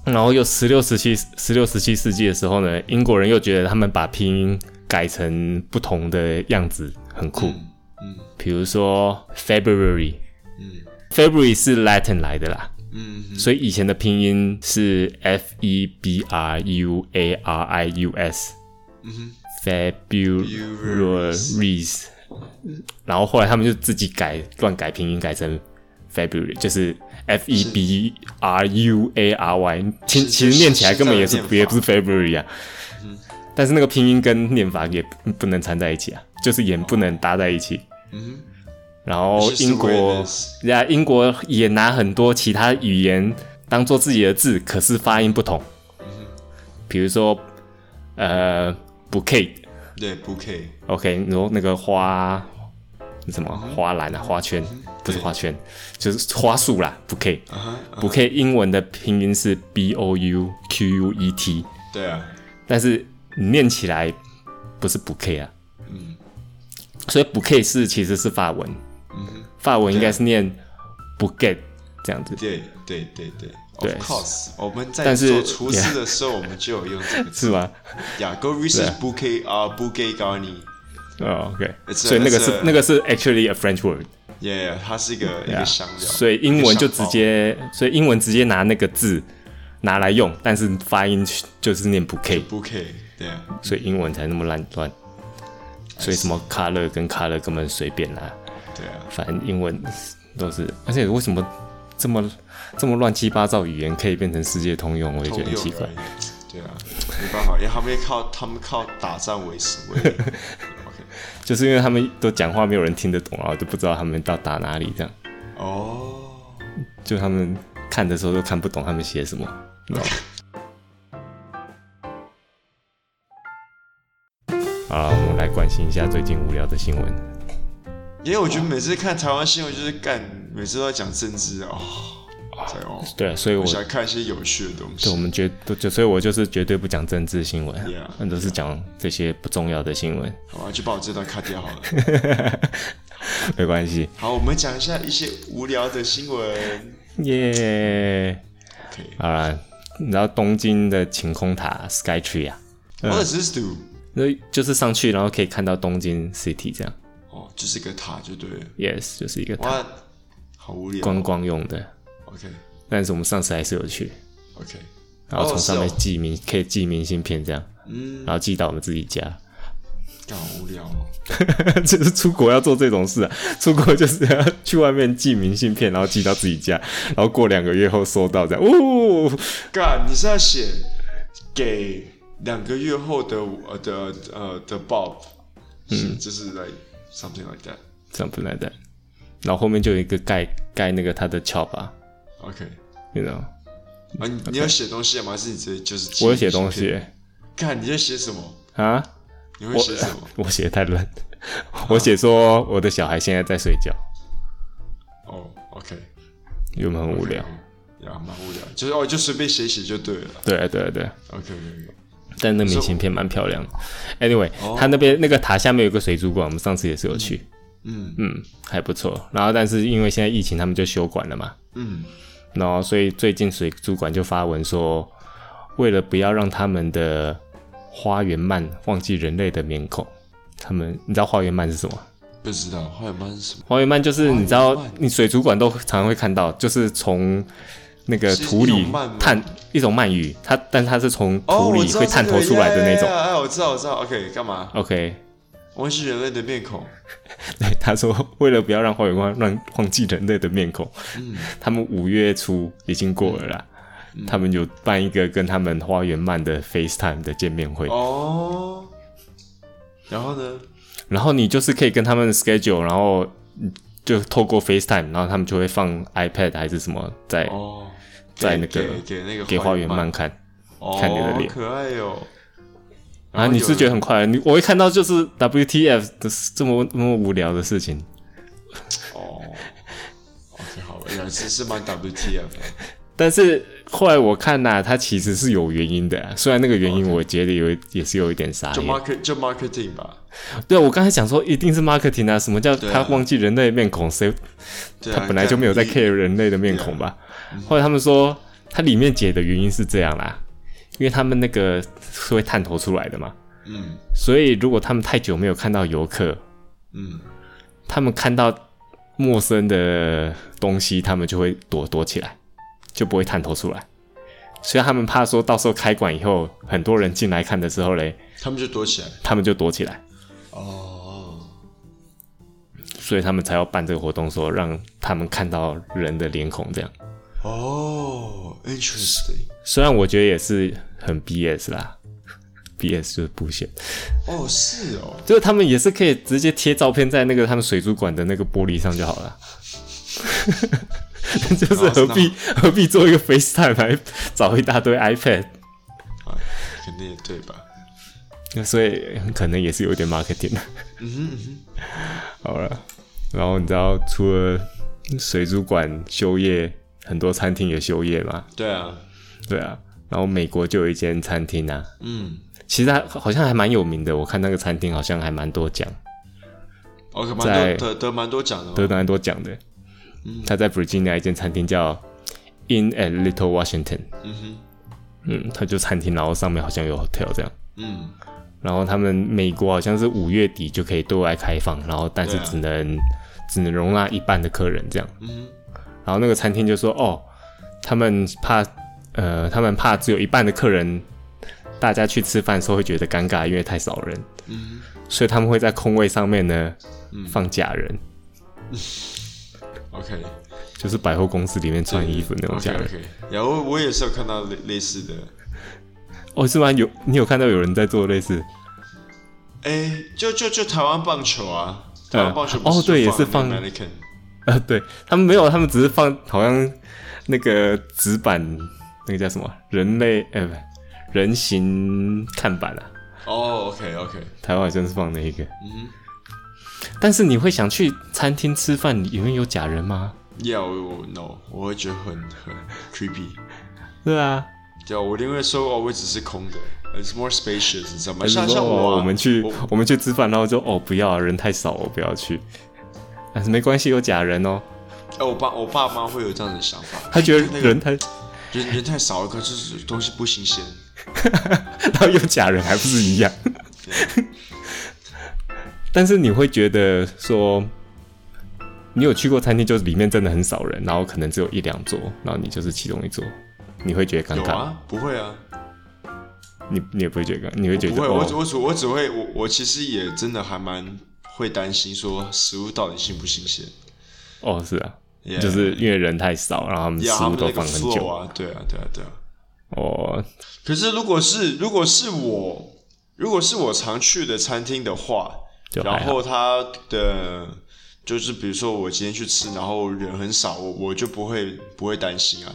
Speaker 2: 然后又十六、十七、十六、十七世纪的时候呢，英国人又觉得他们把拼音改成不同的样子很酷，
Speaker 1: 嗯
Speaker 2: 比如说 February。
Speaker 1: 嗯
Speaker 2: February 是 Latin 来的啦，
Speaker 1: 嗯
Speaker 2: 所以以前的拼音是 F E B R U A R I U S。
Speaker 1: 嗯
Speaker 2: February's，然后后来他们就自己改乱改拼音，改成 February，就是 F E B R U A R Y，其
Speaker 1: 是
Speaker 2: 其
Speaker 1: 是
Speaker 2: 实念起来根本也是
Speaker 1: 是这样的
Speaker 2: 也
Speaker 1: 念
Speaker 2: 不
Speaker 1: 法嗯
Speaker 2: 是 February 啊，但是那个拼音跟念法也不不能掺在一起啊，就是也不能搭在一起。
Speaker 1: 嗯
Speaker 2: 然后
Speaker 1: It's just the
Speaker 2: 英国
Speaker 1: way it is.，
Speaker 2: 人家英国也拿很多其他语言当做自己的字，可是发音不同，比如说呃 bouquet。
Speaker 1: 哼，对，bouquet，
Speaker 2: OK，然后那个花什么
Speaker 1: 嗯
Speaker 2: 花篮啊，花圈不是花圈，就是花束啦，bouquet。
Speaker 1: 啊哈，
Speaker 2: bouquet 英文的拼音是 b o u q u e t，
Speaker 1: 对啊，
Speaker 2: 但是你念起来不是 bouquet 啊。
Speaker 1: 嗯
Speaker 2: 所以 bouquet 是其实是法文，
Speaker 1: 嗯哼，
Speaker 2: 法文应该是念 bouquet 这样子，
Speaker 1: 对对对对
Speaker 2: 对
Speaker 1: ，Of course，我们在
Speaker 2: 但
Speaker 1: 做
Speaker 2: 是
Speaker 1: 厨师的时候，我们就有用这个
Speaker 2: 是
Speaker 1: 字。
Speaker 2: 吗？
Speaker 1: Yeah, go research bouquet 啊，bouquet garni。
Speaker 2: 哦，OK，
Speaker 1: It's a-
Speaker 2: 所以那个
Speaker 1: it's
Speaker 2: 是
Speaker 1: a-
Speaker 2: 那个是 actually a French word。啊
Speaker 1: Yeah，它是一个一个香料，
Speaker 2: 所以英文就直接，所以英文直接拿那个字拿来用，但是发音就是念 bouquet，
Speaker 1: bouquet，对啊，
Speaker 2: 所以英文才那么烂乱。所以什么 color 跟 color 根本随便啦，
Speaker 1: 对啊，
Speaker 2: 反正英文都是，而且为什么这么这么乱七八糟语言可以变成世界通用，我也觉
Speaker 1: 通
Speaker 2: 得很
Speaker 1: 用
Speaker 2: 奇怪
Speaker 1: 而。已。对啊，没办法，因为他们靠他们靠打仗为生。为 OK，
Speaker 2: 就是因为他们都讲话没有人听得懂，然后就不知道他们到打哪里，这样
Speaker 1: 哦，
Speaker 2: 就他们看的时候都看不懂他们写 什么。你知道吗好了，我们来关心一下最近无聊的新闻。
Speaker 1: 因为我觉得每次看台湾新闻就是干，每次都在讲政治哦，对哦，
Speaker 2: 对啊，所以我
Speaker 1: 我想看一些有趣的东
Speaker 2: 对，我
Speaker 1: 西。
Speaker 2: 们绝都就，所以我就是绝对不讲政治新闻
Speaker 1: Yeah.
Speaker 2: 那都是讲这些不重要的新闻，
Speaker 1: 好啊，就把我这段卡掉好了。
Speaker 2: 没关系。
Speaker 1: 好，我们讲一下一些无聊的新闻。
Speaker 2: 耶、
Speaker 1: OK，
Speaker 2: 好啦，你知道东京的晴空塔 Sky Tree 啊，
Speaker 1: What does this do？
Speaker 2: 那就是上去然后可以看到东京 City 这样。
Speaker 1: 哦，就是一个塔就对了。
Speaker 2: Yes，就是一个塔
Speaker 1: 哇，好无聊。
Speaker 2: 观光用的，
Speaker 1: OK
Speaker 2: 但是我们上次还是有去，
Speaker 1: OK，
Speaker 2: 然后从上面
Speaker 1: 哦是哦
Speaker 2: 寄明、可以寄明信片这样，
Speaker 1: 嗯，
Speaker 2: 然后寄到我们自己家。
Speaker 1: 干好无聊哦。
Speaker 2: 就是出国要做这种事啊，出国就是要去外面寄明信片，然后寄到自己家，然后过两个月后收到这样，哦，
Speaker 1: 干，你是要写给两个月后的我呃的呃的 Bob，
Speaker 2: 嗯
Speaker 1: 是就是 like something like that。
Speaker 2: something like that。然后后面就有一个盖盖那个他的 chop 啊
Speaker 1: OK，
Speaker 2: ，you know，
Speaker 1: 啊，你你有写东西吗？还是你直接就是寄
Speaker 2: 我有写东
Speaker 1: 信片？
Speaker 2: 西
Speaker 1: 看你在写什么？
Speaker 2: 啊，
Speaker 1: 你会写什么？
Speaker 2: 我写得太烂，我写说我的小孩现在在睡觉，
Speaker 1: 哦，OK，
Speaker 2: 有没有很无聊？
Speaker 1: 呀，蛮无聊，就是哦，就随便写写就对了。
Speaker 2: 对啊，对啊，对啊。
Speaker 1: OK OK，
Speaker 2: 但那明信片蛮漂亮的。Anyway，、
Speaker 1: 哦
Speaker 2: 它那边那个塔下面有个水族馆，我们上次也是有去，
Speaker 1: 嗯
Speaker 2: 嗯，还不错。然后但是因为现在疫情，他们就休馆了嘛，
Speaker 1: 嗯，
Speaker 2: 然后所以最近水族馆就发文说，为了不要让他们的花园鳗忘记人类的面孔，他们你知道花园鳗是什么？
Speaker 1: 不知道花园班是什么？
Speaker 2: 花园鳗就是
Speaker 1: 花园鳗
Speaker 2: 你知道，你水族馆都常常会看到，就是从那个
Speaker 1: 是
Speaker 2: 土
Speaker 1: 一
Speaker 2: 里
Speaker 1: 种鳗吗
Speaker 2: 探一种鳗鱼，它但它是从
Speaker 1: 哦，
Speaker 2: 土
Speaker 1: 我
Speaker 2: 里
Speaker 1: 知道
Speaker 2: 会探头出来的那种。
Speaker 1: 哎，呀我知道，我知道。OK，干嘛？
Speaker 2: OK，
Speaker 1: 忘记人类的面孔。
Speaker 2: 对， 他说为了不要让花园忘让忘记人类的面孔，
Speaker 1: 嗯
Speaker 2: 他们五月初已经过了啦。他们有办一个跟他们花园漫的 FaceTime 的见面会，
Speaker 1: 哦，然后呢？
Speaker 2: 然后你就是可以跟他们 schedule，然后嗯就透过 FaceTime，然后他们就会放 iPad 还是什么在、
Speaker 1: 哦，
Speaker 2: 在
Speaker 1: 给
Speaker 2: 那个
Speaker 1: 给给那个
Speaker 2: 给花园漫
Speaker 1: 漫
Speaker 2: 看。看
Speaker 1: 看
Speaker 2: 你的脸
Speaker 1: 哦可爱哦哟。
Speaker 2: 啊，你是觉得很快？你我一看到就是 WTF 的这么那么无聊的事情，
Speaker 1: 得哦？OK，好了，呀，这是蛮 WTF
Speaker 2: 哎
Speaker 1: 的。
Speaker 2: 但是后来我看呐、它其实是有原因的啊、虽然那个原因我觉得有一也是有一点傻
Speaker 1: 哦就
Speaker 2: 眼。
Speaker 1: market 就 marketing 吧，
Speaker 2: 对，我刚才想说一定是 marketing 啊，什么叫
Speaker 1: 对
Speaker 2: 他
Speaker 1: 啊
Speaker 2: 忘记人类的面孔？谁
Speaker 1: 对啊，
Speaker 2: 他本来就没有在
Speaker 1: 干
Speaker 2: care 人类的面孔吧？
Speaker 1: 啊
Speaker 2: 后来他们说，它里面解的原因是这样啦，因为他们那个是会探头出来的嘛，
Speaker 1: 你嗯
Speaker 2: 所以如果他们太久没有看到游客，
Speaker 1: 嗯，
Speaker 2: 他们看到陌生的东西，他们就会躲躲起来，就不会探头出来。所以他们怕说到时候开馆以后，很多人进来看的时候嘞，
Speaker 1: 他们就躲起来。
Speaker 2: 他们就躲起来，
Speaker 1: 哦，
Speaker 2: 所以他们才要办这个活动，说让他们看到人的脸孔这样。
Speaker 1: 哦，interesting。
Speaker 2: 虽然我觉得也是很 BS 啦，BS 就是不显，
Speaker 1: 哦，是哦，
Speaker 2: 就是他们也是可以直接贴照片在那个他们水族馆的那个玻璃上就好了。 就是何必何必做一个 FaceTime 来找一大堆 iPad，
Speaker 1: 啊，肯定也对吧？
Speaker 2: 所以可能也是有一点 marketing 的。好了，然后你知道除了水族馆休业，很多餐厅也休业嘛，
Speaker 1: 对啊，
Speaker 2: 对啊。然后美国就有一间餐厅啊，
Speaker 1: 嗯
Speaker 2: 其实它好像还蛮有名的，我看那个餐厅好像还蛮多奖，
Speaker 1: ，OK，
Speaker 2: 在
Speaker 1: 哦蛮多得得蛮多奖的哦，
Speaker 2: 得蛮多奖的。
Speaker 1: 嗯
Speaker 2: 它在 Virginia 一间餐厅叫 In at Little Washington，
Speaker 1: 嗯哼，
Speaker 2: 嗯，它就餐厅，然后上面好像有 hotel 这样。
Speaker 1: 嗯，
Speaker 2: 然后他们美国好像是五月底就可以对外开放，然后但是
Speaker 1: 对啊
Speaker 2: 只能、只能容纳一半的客人这样。
Speaker 1: 嗯
Speaker 2: 然后那个餐厅就说：“哦，他们怕呃，他们怕只有一半的客人，大家去吃饭的时候会觉得尴尬，因为太少人，
Speaker 1: 嗯
Speaker 2: 所以他们会在空位上面呢
Speaker 1: 嗯
Speaker 2: 放假人，
Speaker 1: ，OK，
Speaker 2: 就是百货公司里面穿衣服那种假
Speaker 1: OK
Speaker 2: 人。
Speaker 1: OK，然后我也是有看到类类似的，
Speaker 2: 哦，是吗？有你有看到有人在做类似？
Speaker 1: 哎，就就就台湾棒球啊，台湾棒球不
Speaker 2: 哦
Speaker 1: 就
Speaker 2: 对也是放
Speaker 1: 那个 American，
Speaker 2: 呃，对他们没有，他们只是放好像那个纸板，那个叫什么人类呃不人形看板啊，
Speaker 1: 哦，OK OK，
Speaker 2: 台湾好像是放那一个。
Speaker 1: 嗯
Speaker 2: 但是你会想去餐厅吃饭，里面有假人吗？
Speaker 1: ，Yeah，我我 No，我会觉得很很 creepy。
Speaker 2: 对啊，
Speaker 1: 对啊，我一定会说哦，我只是空的，It's more spacious，你知道吗？
Speaker 2: 比如
Speaker 1: 像
Speaker 2: 说哦
Speaker 1: 像我啊、
Speaker 2: 我们去
Speaker 1: 我
Speaker 2: 我们去吃饭，然后就哦不要啊，人太少，我不要去。但是没关系，有假人哦。
Speaker 1: 哎，我爸我爸妈会有这样的想法，
Speaker 2: 他觉
Speaker 1: 哎
Speaker 2: 得
Speaker 1: 那个
Speaker 2: 人太，
Speaker 1: 人人太少了，可是东西不新鲜。
Speaker 2: 然后有假人还不是一样？ 但是你会觉得说，你有去过餐厅，就是里面真的很少人，然后可能只有一两桌，然后你就是其中一桌，你会觉得尴
Speaker 1: 有
Speaker 2: 尬？
Speaker 1: 啊，不会啊，
Speaker 2: 你你也不会觉得尴尬，你会觉
Speaker 1: 不
Speaker 2: 得
Speaker 1: 会，我只
Speaker 2: 哦，
Speaker 1: 我只我只会我我其实也真的还蛮会担心说食物到底新不新鲜
Speaker 2: 哦是啊
Speaker 1: Yeah
Speaker 2: 就是因为人太少，然后他们
Speaker 1: 呀，
Speaker 2: 食
Speaker 1: 他
Speaker 2: 物
Speaker 1: 们
Speaker 2: 都
Speaker 1: 那个
Speaker 2: 放很久
Speaker 1: flow。啊，对啊对啊对啊。
Speaker 2: 哦，
Speaker 1: 可是如果是如果是我如果是我常去的餐厅的话，
Speaker 2: 就还
Speaker 1: 然
Speaker 2: 好
Speaker 1: 后它的就是比如说我今天去吃，然后人很少，我我就不会不会担心啊。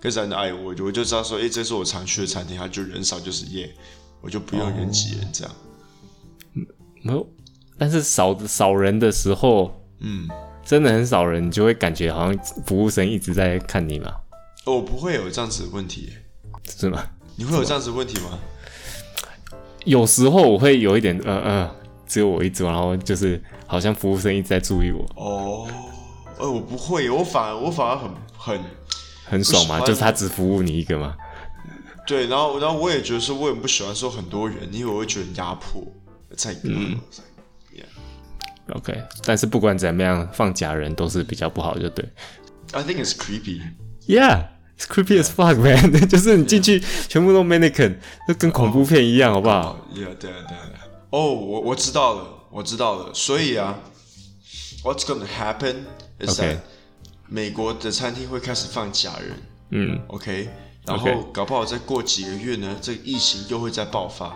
Speaker 1: 跟咱的哎，我我就知道说，哎、这是我常去的餐厅，它就人少就是耶，我就不用人挤人这样。
Speaker 2: 没有，但是少少人的时候，
Speaker 1: 嗯，
Speaker 2: 真的很少人，你就会感觉好像服务生一直在看你嘛，
Speaker 1: 哦我不会有这样子的问题耶，
Speaker 2: 是吗？
Speaker 1: 你会有这样子的问题吗？
Speaker 2: 有时候我会有一点，呃呃，只有我一直，然后就是好像服务生一直在注意我，
Speaker 1: 哦，呃，我不会，我反而我反而很很
Speaker 2: 很爽嘛，
Speaker 1: 不喜欢
Speaker 2: 就是他只服务你一个嘛。
Speaker 1: 对，然后然后我也觉得说，我也不喜欢说很多人，因为我会觉得压迫。在嗯，
Speaker 2: OK，但是不管怎么样，放假人都是比较不好，就对。
Speaker 1: I think it's creepy。
Speaker 2: Yeah, it's creepy as fuck, man 。 就是你进去全部都 mannequin，就跟恐怖片一样，好不好？
Speaker 1: 哦，对啊，对啊，对啊。哦，我我知道了，我知道了。所以啊，What's gonna happen is that
Speaker 2: OK
Speaker 1: 美国的餐厅会开始放假人
Speaker 2: 嗯，
Speaker 1: ，OK？然
Speaker 2: OK
Speaker 1: 后搞不好再过几个月呢，这个疫情又会再爆发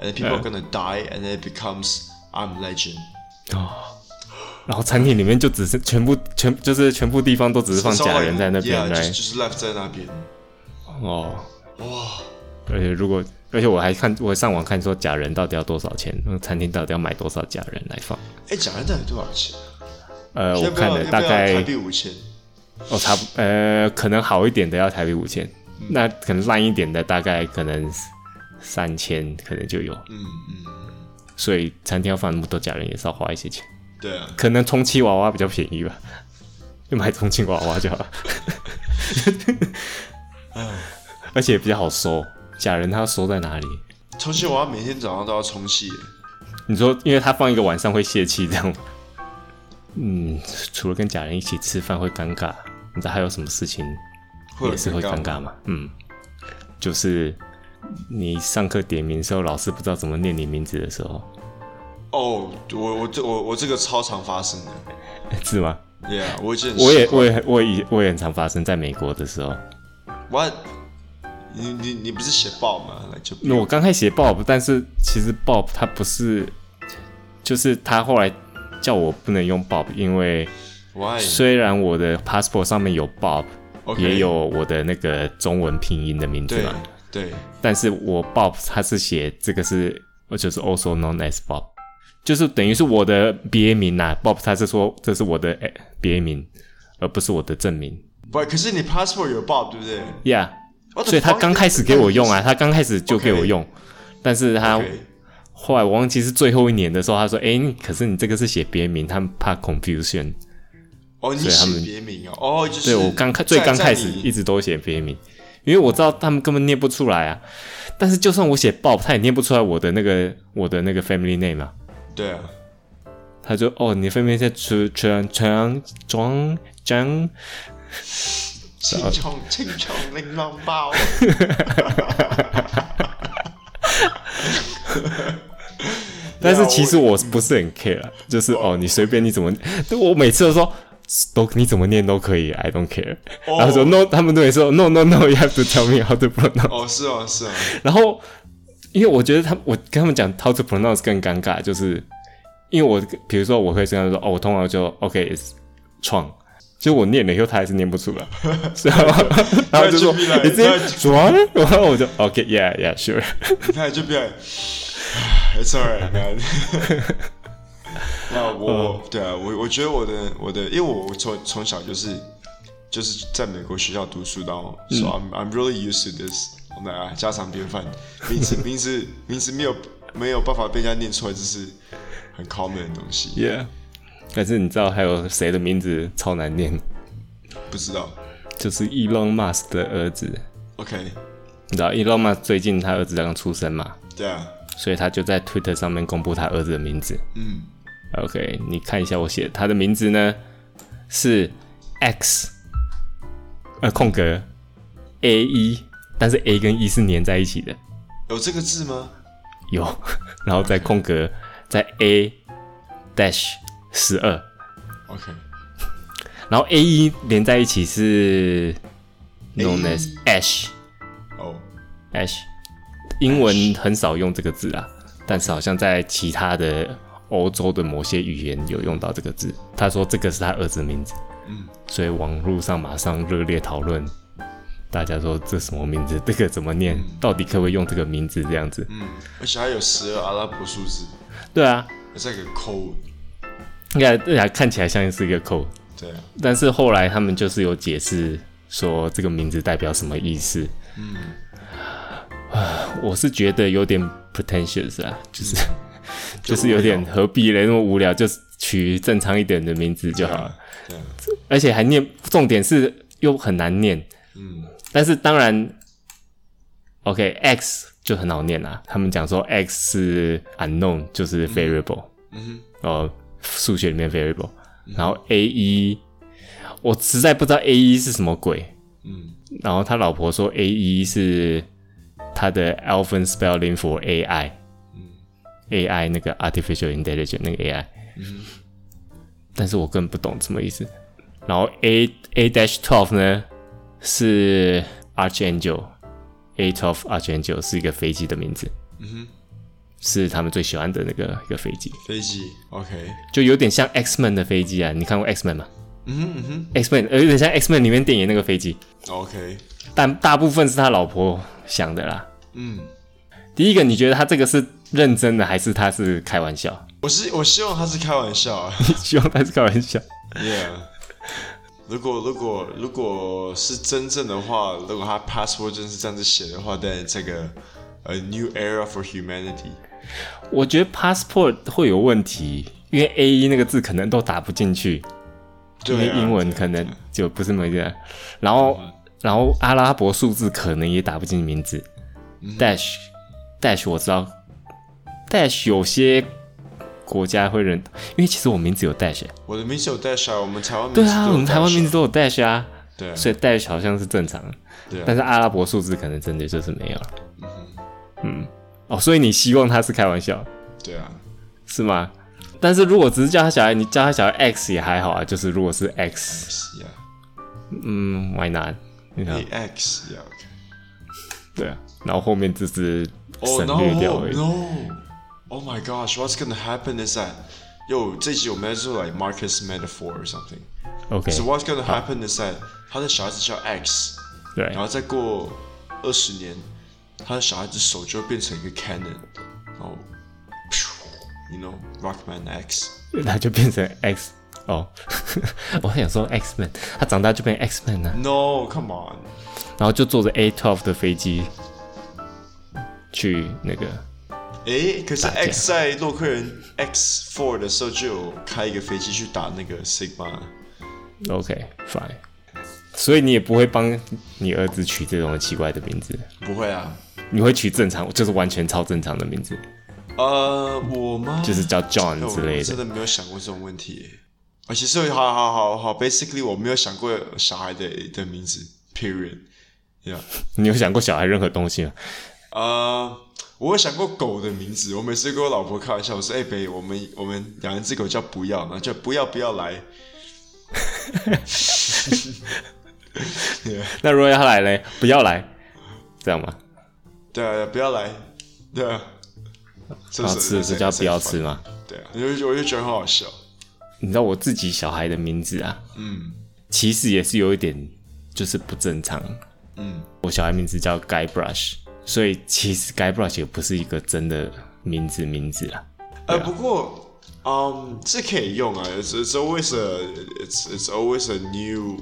Speaker 1: ，and then people are gonna die and then it becomes I'm Legend。
Speaker 2: 然后餐厅里面就只是全部全就是全部地方都只是放
Speaker 1: It's all
Speaker 2: 假
Speaker 1: like-
Speaker 2: 人在那
Speaker 1: yeah，
Speaker 2: 边，
Speaker 1: 就是
Speaker 2: 来
Speaker 1: 就是 left 在那边。
Speaker 2: 哦。
Speaker 1: 哇，
Speaker 2: 而且如果而且我还看我上网看说假人到底要多少钱，那餐厅到底要买多少假人来放？
Speaker 1: 哎，假人到底多少钱？
Speaker 2: 呃，
Speaker 1: 要
Speaker 2: 我
Speaker 1: 不
Speaker 2: 看
Speaker 1: 要
Speaker 2: 了
Speaker 1: 要
Speaker 2: 大
Speaker 1: 不要台
Speaker 2: 概
Speaker 1: 币五千。
Speaker 2: 哦，差不呃，可能好一点的要台币五千，
Speaker 1: 嗯
Speaker 2: 那可能烂一点的大概可能三千，可能就有。
Speaker 1: 嗯嗯，
Speaker 2: 所以餐厅要放那么多假人，也是要花一些钱。
Speaker 1: 对啊。
Speaker 2: 可能充气娃娃比较便宜吧，就买充气娃娃就好 了。
Speaker 1: 嗯
Speaker 2: 而且也比较好收，假人他要收在哪里？
Speaker 1: 充气娃娃每天早上都要充气耶，
Speaker 2: 你说，因为他放一个晚上会泄气，这样吗？ 嗯，除了跟假人一起吃饭会尴尬，你知道还有什么事情
Speaker 1: 会有
Speaker 2: 也是会尴
Speaker 1: 吗
Speaker 2: 尬吗？嗯，就是你上课点名的时候，老师不知道怎么念你名字的时候，
Speaker 1: 哦，我我这我我这个超常发生的
Speaker 2: 是吗？
Speaker 1: ，Yeah，我已经很
Speaker 2: 我也
Speaker 1: 习惯
Speaker 2: 我也我也我也很常发生在美国的时候。
Speaker 1: What？你你你不是写报吗？来就
Speaker 2: 那我刚开始写 Bob，但是其实 Bob 他不是，就是他后来叫我不能用 Bob，因为
Speaker 1: Why？
Speaker 2: 虽然我的 passport 上面有 Bob，、
Speaker 1: 哎 OK
Speaker 2: 也有我的那个中文拼音的名字
Speaker 1: 对
Speaker 2: 嘛，
Speaker 1: 对
Speaker 2: 但是我 Bob 他是写这个是，就是 also known as Bob，就是等于是我的别名呐、Bob 他是说这是我的哎别名，而不是我的正名
Speaker 1: ，But 可是你 passport 有报对不对
Speaker 2: ，Yeah，
Speaker 1: What the
Speaker 2: 所以他
Speaker 1: fuck？
Speaker 2: 刚开始给我用啊，他刚开始就给我
Speaker 1: OK
Speaker 2: 用但是他。
Speaker 1: ？OK，
Speaker 2: 后来我忘记是最后一年的时候，他说：“哎、你可是你这个是写别名，他们怕 confusion
Speaker 1: 哦，你
Speaker 2: 所以他们
Speaker 1: 写别名哦，哦，就是
Speaker 2: 对我刚开最
Speaker 1: 在
Speaker 2: 刚开
Speaker 1: 在
Speaker 2: 始
Speaker 1: 你
Speaker 2: 一直都写别名，因为我知道他们根本念不出来啊。但是就算我写 Bob，他也念不出来我的那个我的那个 family name 啊。
Speaker 1: 对啊，
Speaker 2: 他就哦，你的 family name 是全全庄张，
Speaker 1: 青葱青葱玲珑包，
Speaker 2: 但是其实我不是很 care，啊就是哦，你随便你怎么，我每次都说。”都你怎么念都可以，I don't care。然后说 no，他们都会说 no no no，you have to tell me how to pronounce。
Speaker 1: 哦是哦是哦，
Speaker 2: 然后，因为我觉得他，我跟他们讲 how to pronounce 更尴尬，就是因为我，比如说我会这样说，哦，我通常就 OK is 创，就我念了以后他还是念不出来， 是吧？然后就
Speaker 1: 那就
Speaker 2: 说
Speaker 1: 必然
Speaker 2: is
Speaker 1: 那
Speaker 2: it 壮，然后我就 OK yeah yeah sure，
Speaker 1: 那就变 ，It's alright man 。那我
Speaker 2: 嗯
Speaker 1: 对啊，我我觉得我的我的，因为我我从从小就是就是在美国学校读书，然后
Speaker 2: 嗯
Speaker 1: so I'm I'm really used to this。我们啊，家常便饭，名字 名字名字没有没有办法被人家念出来，这是很 common 的东西。
Speaker 2: yeah。但是你知道还有谁的名字超难念？
Speaker 1: 不知道
Speaker 2: 就是 Elon Musk 的儿子，
Speaker 1: ，OK，
Speaker 2: 你知道 Elon Musk 最近他儿子刚出生嘛，
Speaker 1: 对啊，
Speaker 2: 所以他就在 Twitter 上面公布他儿子的名字。
Speaker 1: 嗯
Speaker 2: OK，你看一下我写他的名字呢是 X，呃空格 A 一，但是 A 跟一、E 是粘在一起的，
Speaker 1: 有这个字吗？
Speaker 2: 有，然后再空格再 A dash 十二，
Speaker 1: OK，
Speaker 2: 然后 A 一连在一起是 known as ash
Speaker 1: 哦
Speaker 2: ash，英文很少用这个字啊，但是好像在其他的欧洲的某些语言有用到这个字。他说这个是他儿子的名字，
Speaker 1: 嗯，
Speaker 2: 所以网络上马上热烈讨论，大家说这什么名字？这个怎么念？到底可不可以用这个名字？这样子，
Speaker 1: 嗯，而且还有十二阿拉伯数字，
Speaker 2: 对啊，
Speaker 1: 这个 code，
Speaker 2: 应该对啊，看起来像是一个扣，
Speaker 1: 对啊，
Speaker 2: 但是后来他们就是有解释说这个名字代表什么意思。嗯，我是觉得有点 pretentious 啊，就是、就是有点何必嘞，那么无聊，就是取正常一点的名字就
Speaker 1: 对
Speaker 2: 好，
Speaker 1: 啊，对啊，
Speaker 2: 而且还念，重点是又很难念。
Speaker 1: 嗯，
Speaker 2: 但是当然，OK X 就很好念啦。他们讲说 X 是 unknown，就是 variable，
Speaker 1: 嗯
Speaker 2: 呃，数学里面 variable。然后 A 一，我实在不知道 A 一是什么鬼。
Speaker 1: 哼，嗯，
Speaker 2: 然后他老婆说 A 一是他的 Alpha spelling for AI，
Speaker 1: 嗯
Speaker 2: a i 那个 artificial intelligence 那个 AI，、但是我根本不懂什么意思。然后 A A dash twelve 呢是 Archangel，A twelve Archangel 是一个飞机的名字，
Speaker 1: 嗯
Speaker 2: 是他们最喜欢的那个一个飞机，
Speaker 1: 哼，飞机，OK，
Speaker 2: 就有点像 X Men 的飞机啊。你看过 X Men 吗
Speaker 1: 嗯哼嗯哼
Speaker 2: ？X Men 呃有点像 X Men 里面电影那个飞机，
Speaker 1: ，OK，
Speaker 2: 但大部分是他老婆想的啦。
Speaker 1: 嗯，
Speaker 2: 第一个，你觉得他这个是认真的还是他是开玩笑？
Speaker 1: 我是我希望他是开玩笑 啊
Speaker 2: 你 希望他是开玩笑？
Speaker 1: ，Yeah。如果如果如果是真正的话，如果他 passport 真是这样子写的话，但这个 a new era for humanity，
Speaker 2: 我觉得 passport 会有问题，因为 A E 一那个字可能都打不进去，因为
Speaker 1: 对啊，
Speaker 2: 英文可能就不是那么简单。然后，然后阿拉伯数字可能也打不进名字。dash
Speaker 1: 嗯
Speaker 2: dash 我知道，dash 有些国家会认，因为其实我名字有 dash，、欸、
Speaker 1: 我的名字有 dash 啊，我们台湾名字
Speaker 2: 对啊，
Speaker 1: 都有
Speaker 2: 我们台湾
Speaker 1: dash
Speaker 2: 名字都有 dash 啊，
Speaker 1: 对啊，
Speaker 2: 所以 dash 好像是正常的，
Speaker 1: 对啊
Speaker 2: 但是阿拉伯数字可能真的就是没有了。嗯哦，所以你希望他是开玩笑？
Speaker 1: 对啊，
Speaker 2: 是吗？但是如果只是叫他小孩，你叫他小孩 X 也还好啊。就是如果是 X，
Speaker 1: 是呀
Speaker 2: 嗯，Why not？你
Speaker 1: 嗯
Speaker 2: 看，
Speaker 1: ，AX 呀，OK。
Speaker 2: 对啊。然后后面就是省
Speaker 1: Oh
Speaker 2: 略掉
Speaker 1: no,
Speaker 2: 而已。
Speaker 1: no! Oh my gosh, what's gonna happen is that, yo, 这集我们在做 like Marcus metaphor or something.
Speaker 2: OK，
Speaker 1: So what's gonna happen is that 他的小孩子叫 X，
Speaker 2: 对
Speaker 1: 然后再过二十年，他的小孩子手就会变成一个 cannon，然后，phew, you know, Rockman X。
Speaker 2: 那就变成 X 哦。 我还想说 X Man，他长大就变 X Man 了、
Speaker 1: No, come on.
Speaker 2: 然后就坐着 A 1 2的飞机去那个，
Speaker 1: 诶，可是
Speaker 2: 打架
Speaker 1: X 在洛克人 X Four 的时候就有开一个飞机去打那个 Sigma。
Speaker 2: OK fine。所以你也不会帮你儿子取这种奇怪的名字，
Speaker 1: 不会啊，
Speaker 2: 你会取正常，就是完全超正常的名字，
Speaker 1: 呃，我吗？
Speaker 2: 就是叫 John
Speaker 1: 我
Speaker 2: 之类
Speaker 1: 我
Speaker 2: 的
Speaker 1: 真。的没有想过这种问题耶。啊，其实好好好好，basically 我没有想过小孩的的名字，period。Yeah，
Speaker 2: 你有想过小孩任何东西吗？
Speaker 1: 呃，我有想过狗的名字，我每次跟我老婆开玩笑，我说：“哎、北，我们我们养一只狗叫不要，然后就不要不要来。
Speaker 2: 那如果要来嘞，不要来，这样吗？”
Speaker 1: 对啊，不要来，对啊。是
Speaker 2: 然后
Speaker 1: 是
Speaker 2: 吃的时候叫不要吃？吗？
Speaker 1: 对啊，我就我就觉得很好笑。
Speaker 2: 你知道我自己小孩的名字啊，
Speaker 1: 嗯
Speaker 2: 其实也是有一点就是不正常。
Speaker 1: 嗯，
Speaker 2: 我小孩名字叫 Guy Brush，所以其实 Guy Brush 也不是一个真的名字名字啊啦。
Speaker 1: 呃，不过，嗯，这可以用啊。It's it's always a it's it's always a new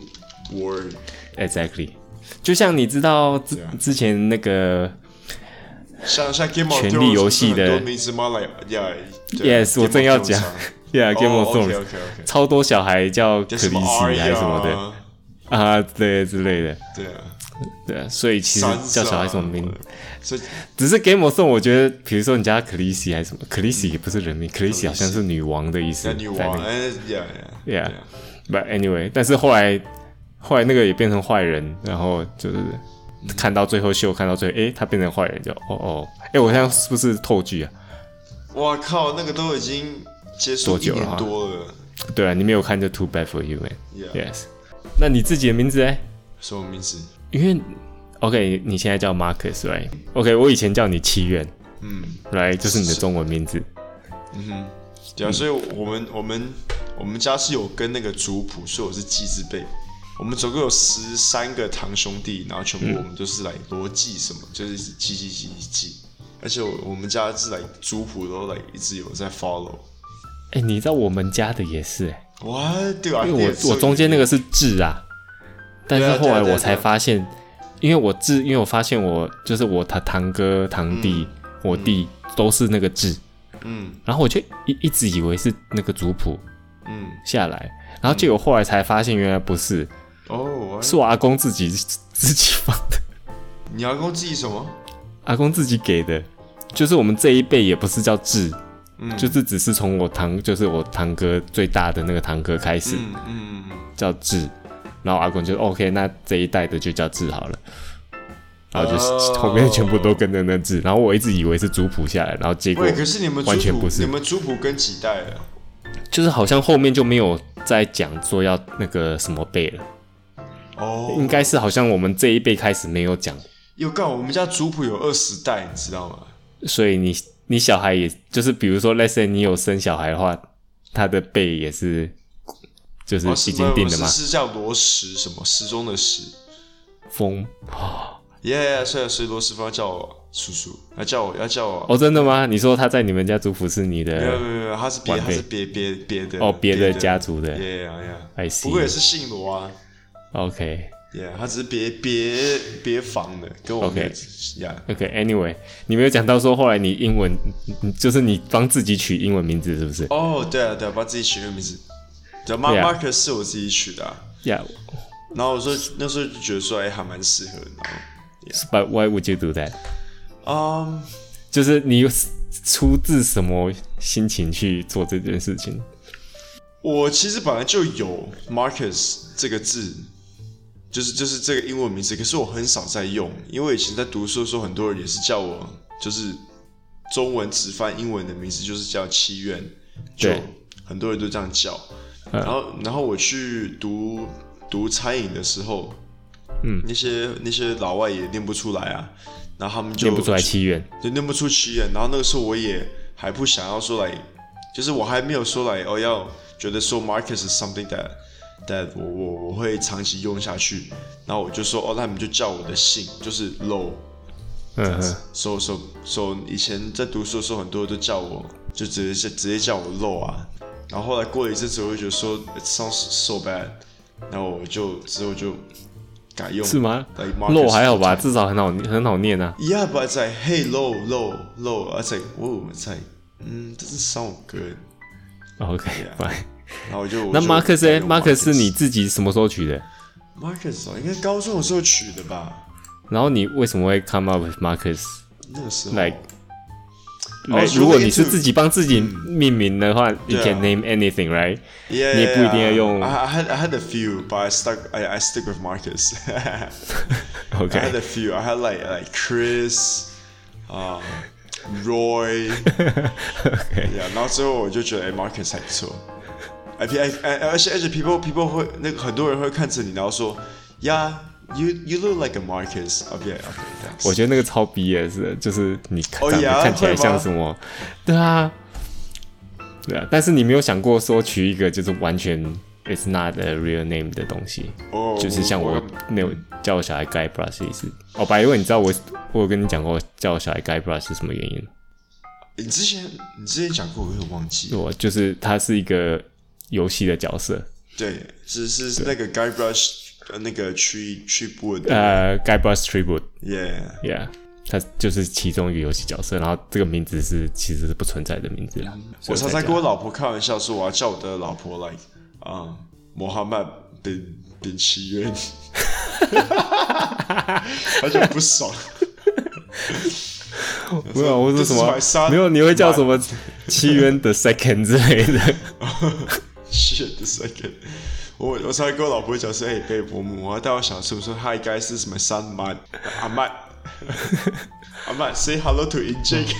Speaker 1: word.
Speaker 2: Exactly，就像你知道之
Speaker 1: Yeah.
Speaker 2: 之前那个
Speaker 1: 像像 Game of
Speaker 2: 权
Speaker 1: Thrones
Speaker 2: 力游戏的
Speaker 1: 不是很多名字吗？来，Yeah。
Speaker 2: Yes，我正要讲
Speaker 1: 啊
Speaker 2: ，Yeah，Game of
Speaker 1: o k
Speaker 2: Thrones，
Speaker 1: OK OK。
Speaker 2: 超多小孩叫克里
Speaker 1: 哦什
Speaker 2: 斯
Speaker 1: 么
Speaker 2: 还
Speaker 1: Arya
Speaker 2: 是什么的
Speaker 1: 啊？
Speaker 2: 啊，对之类的，
Speaker 1: 对啊，
Speaker 2: 对啊，所以其实
Speaker 1: 三啊
Speaker 2: 叫小孩什么名字？
Speaker 1: 所以
Speaker 2: 只是 Game of Thrones，我觉得，比如说你叫他 Khaleesi 还是什么，Khaleesi 也不是人名，Khaleesi 好像是女王的意思。
Speaker 1: 那嗯女王，
Speaker 2: 反
Speaker 1: 哎，Yeah Yeah。
Speaker 2: 正 Yeah。But anyway，但是后来，后来那个也变成坏人，然后就是看到最后秀，看到最后，诶，他变成坏人，就哦哦，诶，我现在是不是透剧啊？
Speaker 1: 哇靠，那个都已经结束
Speaker 2: 多
Speaker 1: 一
Speaker 2: 久了
Speaker 1: 年
Speaker 2: 啊
Speaker 1: 多了，
Speaker 2: 对啊，你没有看就 Too bad for you，man。
Speaker 1: Yeah
Speaker 2: Yes，那你自己的名字诶，
Speaker 1: 什么名字？
Speaker 2: 因为哦 OK，你现在叫 Marcus，right？OK，、我以前叫你七愿
Speaker 1: 嗯
Speaker 2: ，right？就是你的中文名字。
Speaker 1: 嗯哼，对啊，所以我们我们我们家是有跟那个族谱，所以我是祭字辈。我们总共有十三个堂兄弟，然后
Speaker 2: 嗯
Speaker 1: 全部我们都是来罗记什么，就是记记记记记。而且我我们家是来族谱都来一直有在 follow。
Speaker 2: 哎、你知道我们家的也是、欸，
Speaker 1: 哇，对吧、啊？
Speaker 2: 因为我我中间那个是痣啊，但是
Speaker 1: 对啊
Speaker 2: 后
Speaker 1: 对啊
Speaker 2: 来
Speaker 1: 对啊
Speaker 2: 我才
Speaker 1: 对啊
Speaker 2: 发现，因为我痣，因为我发现我就是我堂堂哥、堂弟、我弟都是那个痣，
Speaker 1: 嗯
Speaker 2: 然后我就一一直以为是那个族谱
Speaker 1: 嗯
Speaker 2: 下来，然后结果后来才发现原来不是，
Speaker 1: 哦，
Speaker 2: 是我阿公自己自己放的，
Speaker 1: 你要跟我记什么？
Speaker 2: 阿公自己给的，就是我们这一辈也不是叫痣，
Speaker 1: 嗯，
Speaker 2: 就是只是从我堂，就是我堂哥最大的那个堂哥开始。
Speaker 1: 嗯嗯嗯
Speaker 2: 叫志，然后阿公就 OK，那这一代的就叫志好了。然后就是、
Speaker 1: 哦
Speaker 2: 后面全部都跟着那字，然后我一直以为是族谱下来，然后结
Speaker 1: 嗯。
Speaker 2: 果
Speaker 1: 喂，可是你们族
Speaker 2: 完全
Speaker 1: 谱
Speaker 2: 不是
Speaker 1: 你们族谱跟几代了？
Speaker 2: 就是好像后面就没有再讲说要那个什么辈了，
Speaker 1: 哦，
Speaker 2: 应该是好像我们这一辈开始没有讲，
Speaker 1: 又告我们家族谱有二十代，你知道吗？
Speaker 2: 所以你你小孩也就是比如说，let's say 你有生小孩的话，他的辈也是就是
Speaker 1: 哦
Speaker 2: 已经定了
Speaker 1: 是
Speaker 2: 吗？
Speaker 1: 是叫罗什什么时钟的时
Speaker 2: 风
Speaker 1: 耶，所以所以罗斯方叫我叔叔，他叫我要叫我。
Speaker 2: 哦，真的吗？你说他在你们家族谱是你
Speaker 1: 没有
Speaker 2: 的
Speaker 1: 没有没有，他是别
Speaker 2: 晚
Speaker 1: 他
Speaker 2: 辈
Speaker 1: 是别别别的
Speaker 2: 哦，别的家族的
Speaker 1: 耶呀呀
Speaker 2: I
Speaker 1: 不过也
Speaker 2: see，OK。
Speaker 1: 是姓罗啊
Speaker 2: OK
Speaker 1: 耶他只是别别别房的，跟我
Speaker 2: OK
Speaker 1: 妹呀
Speaker 2: OK，Anyway，、你没有讲到说后来你英文，你就是你帮自己取英文名字是不是？
Speaker 1: 哦对啊对啊，把自己取个名字，叫 Mark
Speaker 2: Yeah
Speaker 1: Marcus 是我自己取的啊，
Speaker 2: 呀、
Speaker 1: 然后我说那时候就觉得说哎还蛮适合的，然后
Speaker 2: yeah,，But why would you do that？
Speaker 1: 嗯，
Speaker 2: 就是你有出自什么心情去做这件事情？
Speaker 1: 我其实本来就有 Marcus 这个字，就是就是这个英文名字，可是我很少在用，因为以前在读书的时候，很多人也是叫我就是中文直翻英文的名字，就是叫七院，就
Speaker 2: 对
Speaker 1: 很多人都这样叫。
Speaker 2: 嗯
Speaker 1: 然后然后我去读读餐饮的时候，
Speaker 2: 嗯，
Speaker 1: 那些那些老外也念不出来啊，然后他们就
Speaker 2: 念不出来七元，
Speaker 1: 就念不出七人。然后那个时候我也还不想要说来，就是我还没有说来哦，要觉得说 Marcus is something that that 我我我会长期用下去。然后我就说哦，那你们就叫我的姓，就是 Low。
Speaker 2: 嗯哼，
Speaker 1: So so so，以前在读书的时候，很多人都叫我，就直接直接叫我漏啊。然后后来过了一阵子，我就觉得说 it sounds so bad，然后我就之后就改用
Speaker 2: 是吗
Speaker 1: like Marcus
Speaker 2: 肉还好吧，至少很好很好念啊。
Speaker 1: Yeah, but it's like, hey, low, low, low. I was like, whoa, it's like, mm, doesn't sound good.
Speaker 2: OK，
Speaker 1: Yeah
Speaker 2: 拜。
Speaker 1: 然后我就
Speaker 2: 那 Marcus 呢？Marcus 是
Speaker 1: 是
Speaker 2: 你自己什么时候取的？
Speaker 1: Marcus 哦，应该高中的时候取的吧？
Speaker 2: 然后你为什么会 come up with Marcus？
Speaker 1: 那个时候
Speaker 2: Like-
Speaker 1: 哦
Speaker 2: Like，
Speaker 1: 是
Speaker 2: 如果你
Speaker 1: into-
Speaker 2: 是自己帮自己命名的话、y o u
Speaker 1: 对啊
Speaker 2: can name anything, right？
Speaker 1: yeah,
Speaker 2: 你也不一定要用
Speaker 1: I, I had I had a few, but I stuck I I stick with Marcus. I
Speaker 2: OK，
Speaker 1: had a few. I had like like Chris, um, Roy. yeah，然后之后我就觉得哎、Marcus 还不错。哎哎哎，而且而且 people people 会那个很多人会看着你，然后说，Yeah，you you look like a Marcus。OK OK thanks。
Speaker 2: 我觉得那个超 BS 的，就是你
Speaker 1: 哦
Speaker 2: 长得
Speaker 1: 呀
Speaker 2: 看起来
Speaker 1: 会吗
Speaker 2: 像什么对啊，对啊，但是你没有想过说取一个就是完全 it's not a real name 的东西，
Speaker 1: 哦
Speaker 2: 就是像我没有叫我小孩 Guy Brush 也是。哦，白问你知道我我有跟你讲过叫我小孩 Guy Brush 是什么原因吗？
Speaker 1: 你之前你之前讲过，我有点忘记。
Speaker 2: 我就是他是一个游戏的角色，
Speaker 1: 对，是是是那个 Guy Brush 呃那个 Tree Tree Wood。
Speaker 2: 呃，Guy Brush Tribute。
Speaker 1: Yeah。
Speaker 2: Yeah，他就是其中一个游戏角色，然后这个名字是其实是不存在的名字啦。所
Speaker 1: 我
Speaker 2: 以
Speaker 1: 常
Speaker 2: 才
Speaker 1: 常
Speaker 2: 叫
Speaker 1: 跟我老婆开玩笑说，我要叫我的老婆 like，嗯，摩哈曼bin bin 七 元，她就不爽。
Speaker 2: 没有，我说什
Speaker 1: This is
Speaker 2: 么
Speaker 1: my son
Speaker 2: 没有，你会叫什么七元的 second 之类的
Speaker 1: Shit, this second，我我常常跟我老婆讲说，哎、欸，贝伯母，我要带我小叔说，Hi guys, this is my son, man，阿曼，阿曼，say hello to Injek。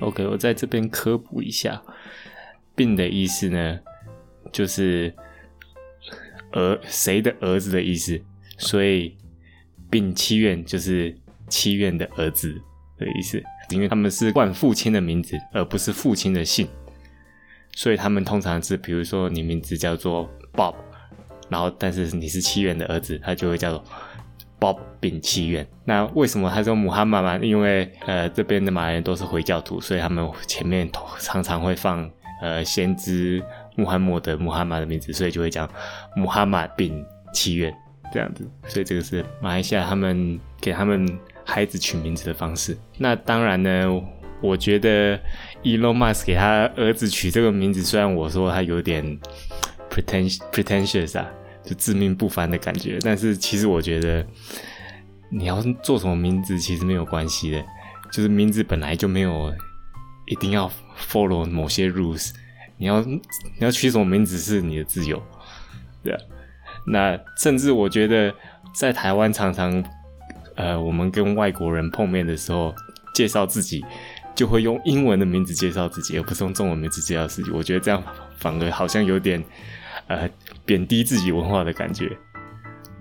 Speaker 2: OK，我在这边科普一下，病的意思呢，就是儿谁的儿子的意思，所以病七院就是七院的儿子的意思。因为他们是冠父亲的名字，而不是父亲的姓，所以他们通常是，比如说你名字叫做 Bob，然后但是你是七元的儿子，他就会叫做 Bob 丙七元。那为什么他说穆罕默嘛？因为呃这边的马来人都是回教徒，所以他们前面通常常会放呃先知穆罕默德穆罕默的名字，所以就会讲穆罕默丙七元这样子。所以这个是马来西亚他们给他们孩子取名字的方式。那当然呢，我觉得 Elon Musk 给他儿子取这个名字，虽然我说他有点 pretentious pretentious 啊，就自命不凡的感觉，但是其实我觉得你要做什么名字其实没有关系的，就是名字本来就没有一定要 follow 某些 rules，你要你要取什么名字是你的自由，对啊。那甚至我觉得在台湾常常，呃，我们跟外国人碰面的时候，介绍自己就会用英文的名字介绍自己，而不是用中文名字介绍自己。我觉得这样反而好像有点呃贬低自己文化的感觉。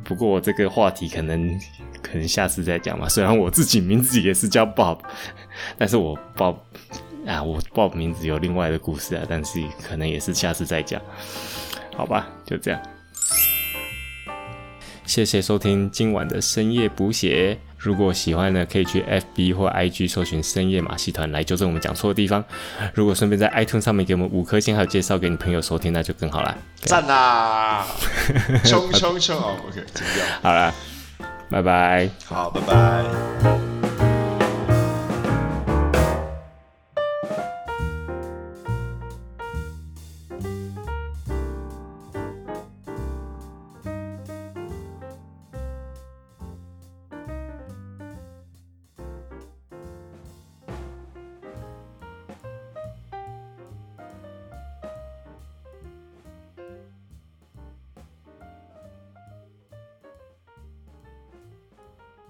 Speaker 2: 不过这个话题可能可能下次再讲吧。虽然我自己名字也是叫 Bob，但是我 Bob 啊，我 Bob 名字有另外的故事啊，但是可能也是下次再讲。好吧，就这样。谢谢收听今晚的深夜补血。如果喜欢呢，可以去 FB 或 IG 搜寻“深夜马戏团”来纠正我们讲错的地方。如果顺便在 iTunes 上面给我们五颗星，还有介绍给你朋友收听，那就更好啦。
Speaker 1: 赞啦！冲冲冲！哦，OK，停掉。
Speaker 2: 好啦，拜拜。
Speaker 1: 好，拜拜。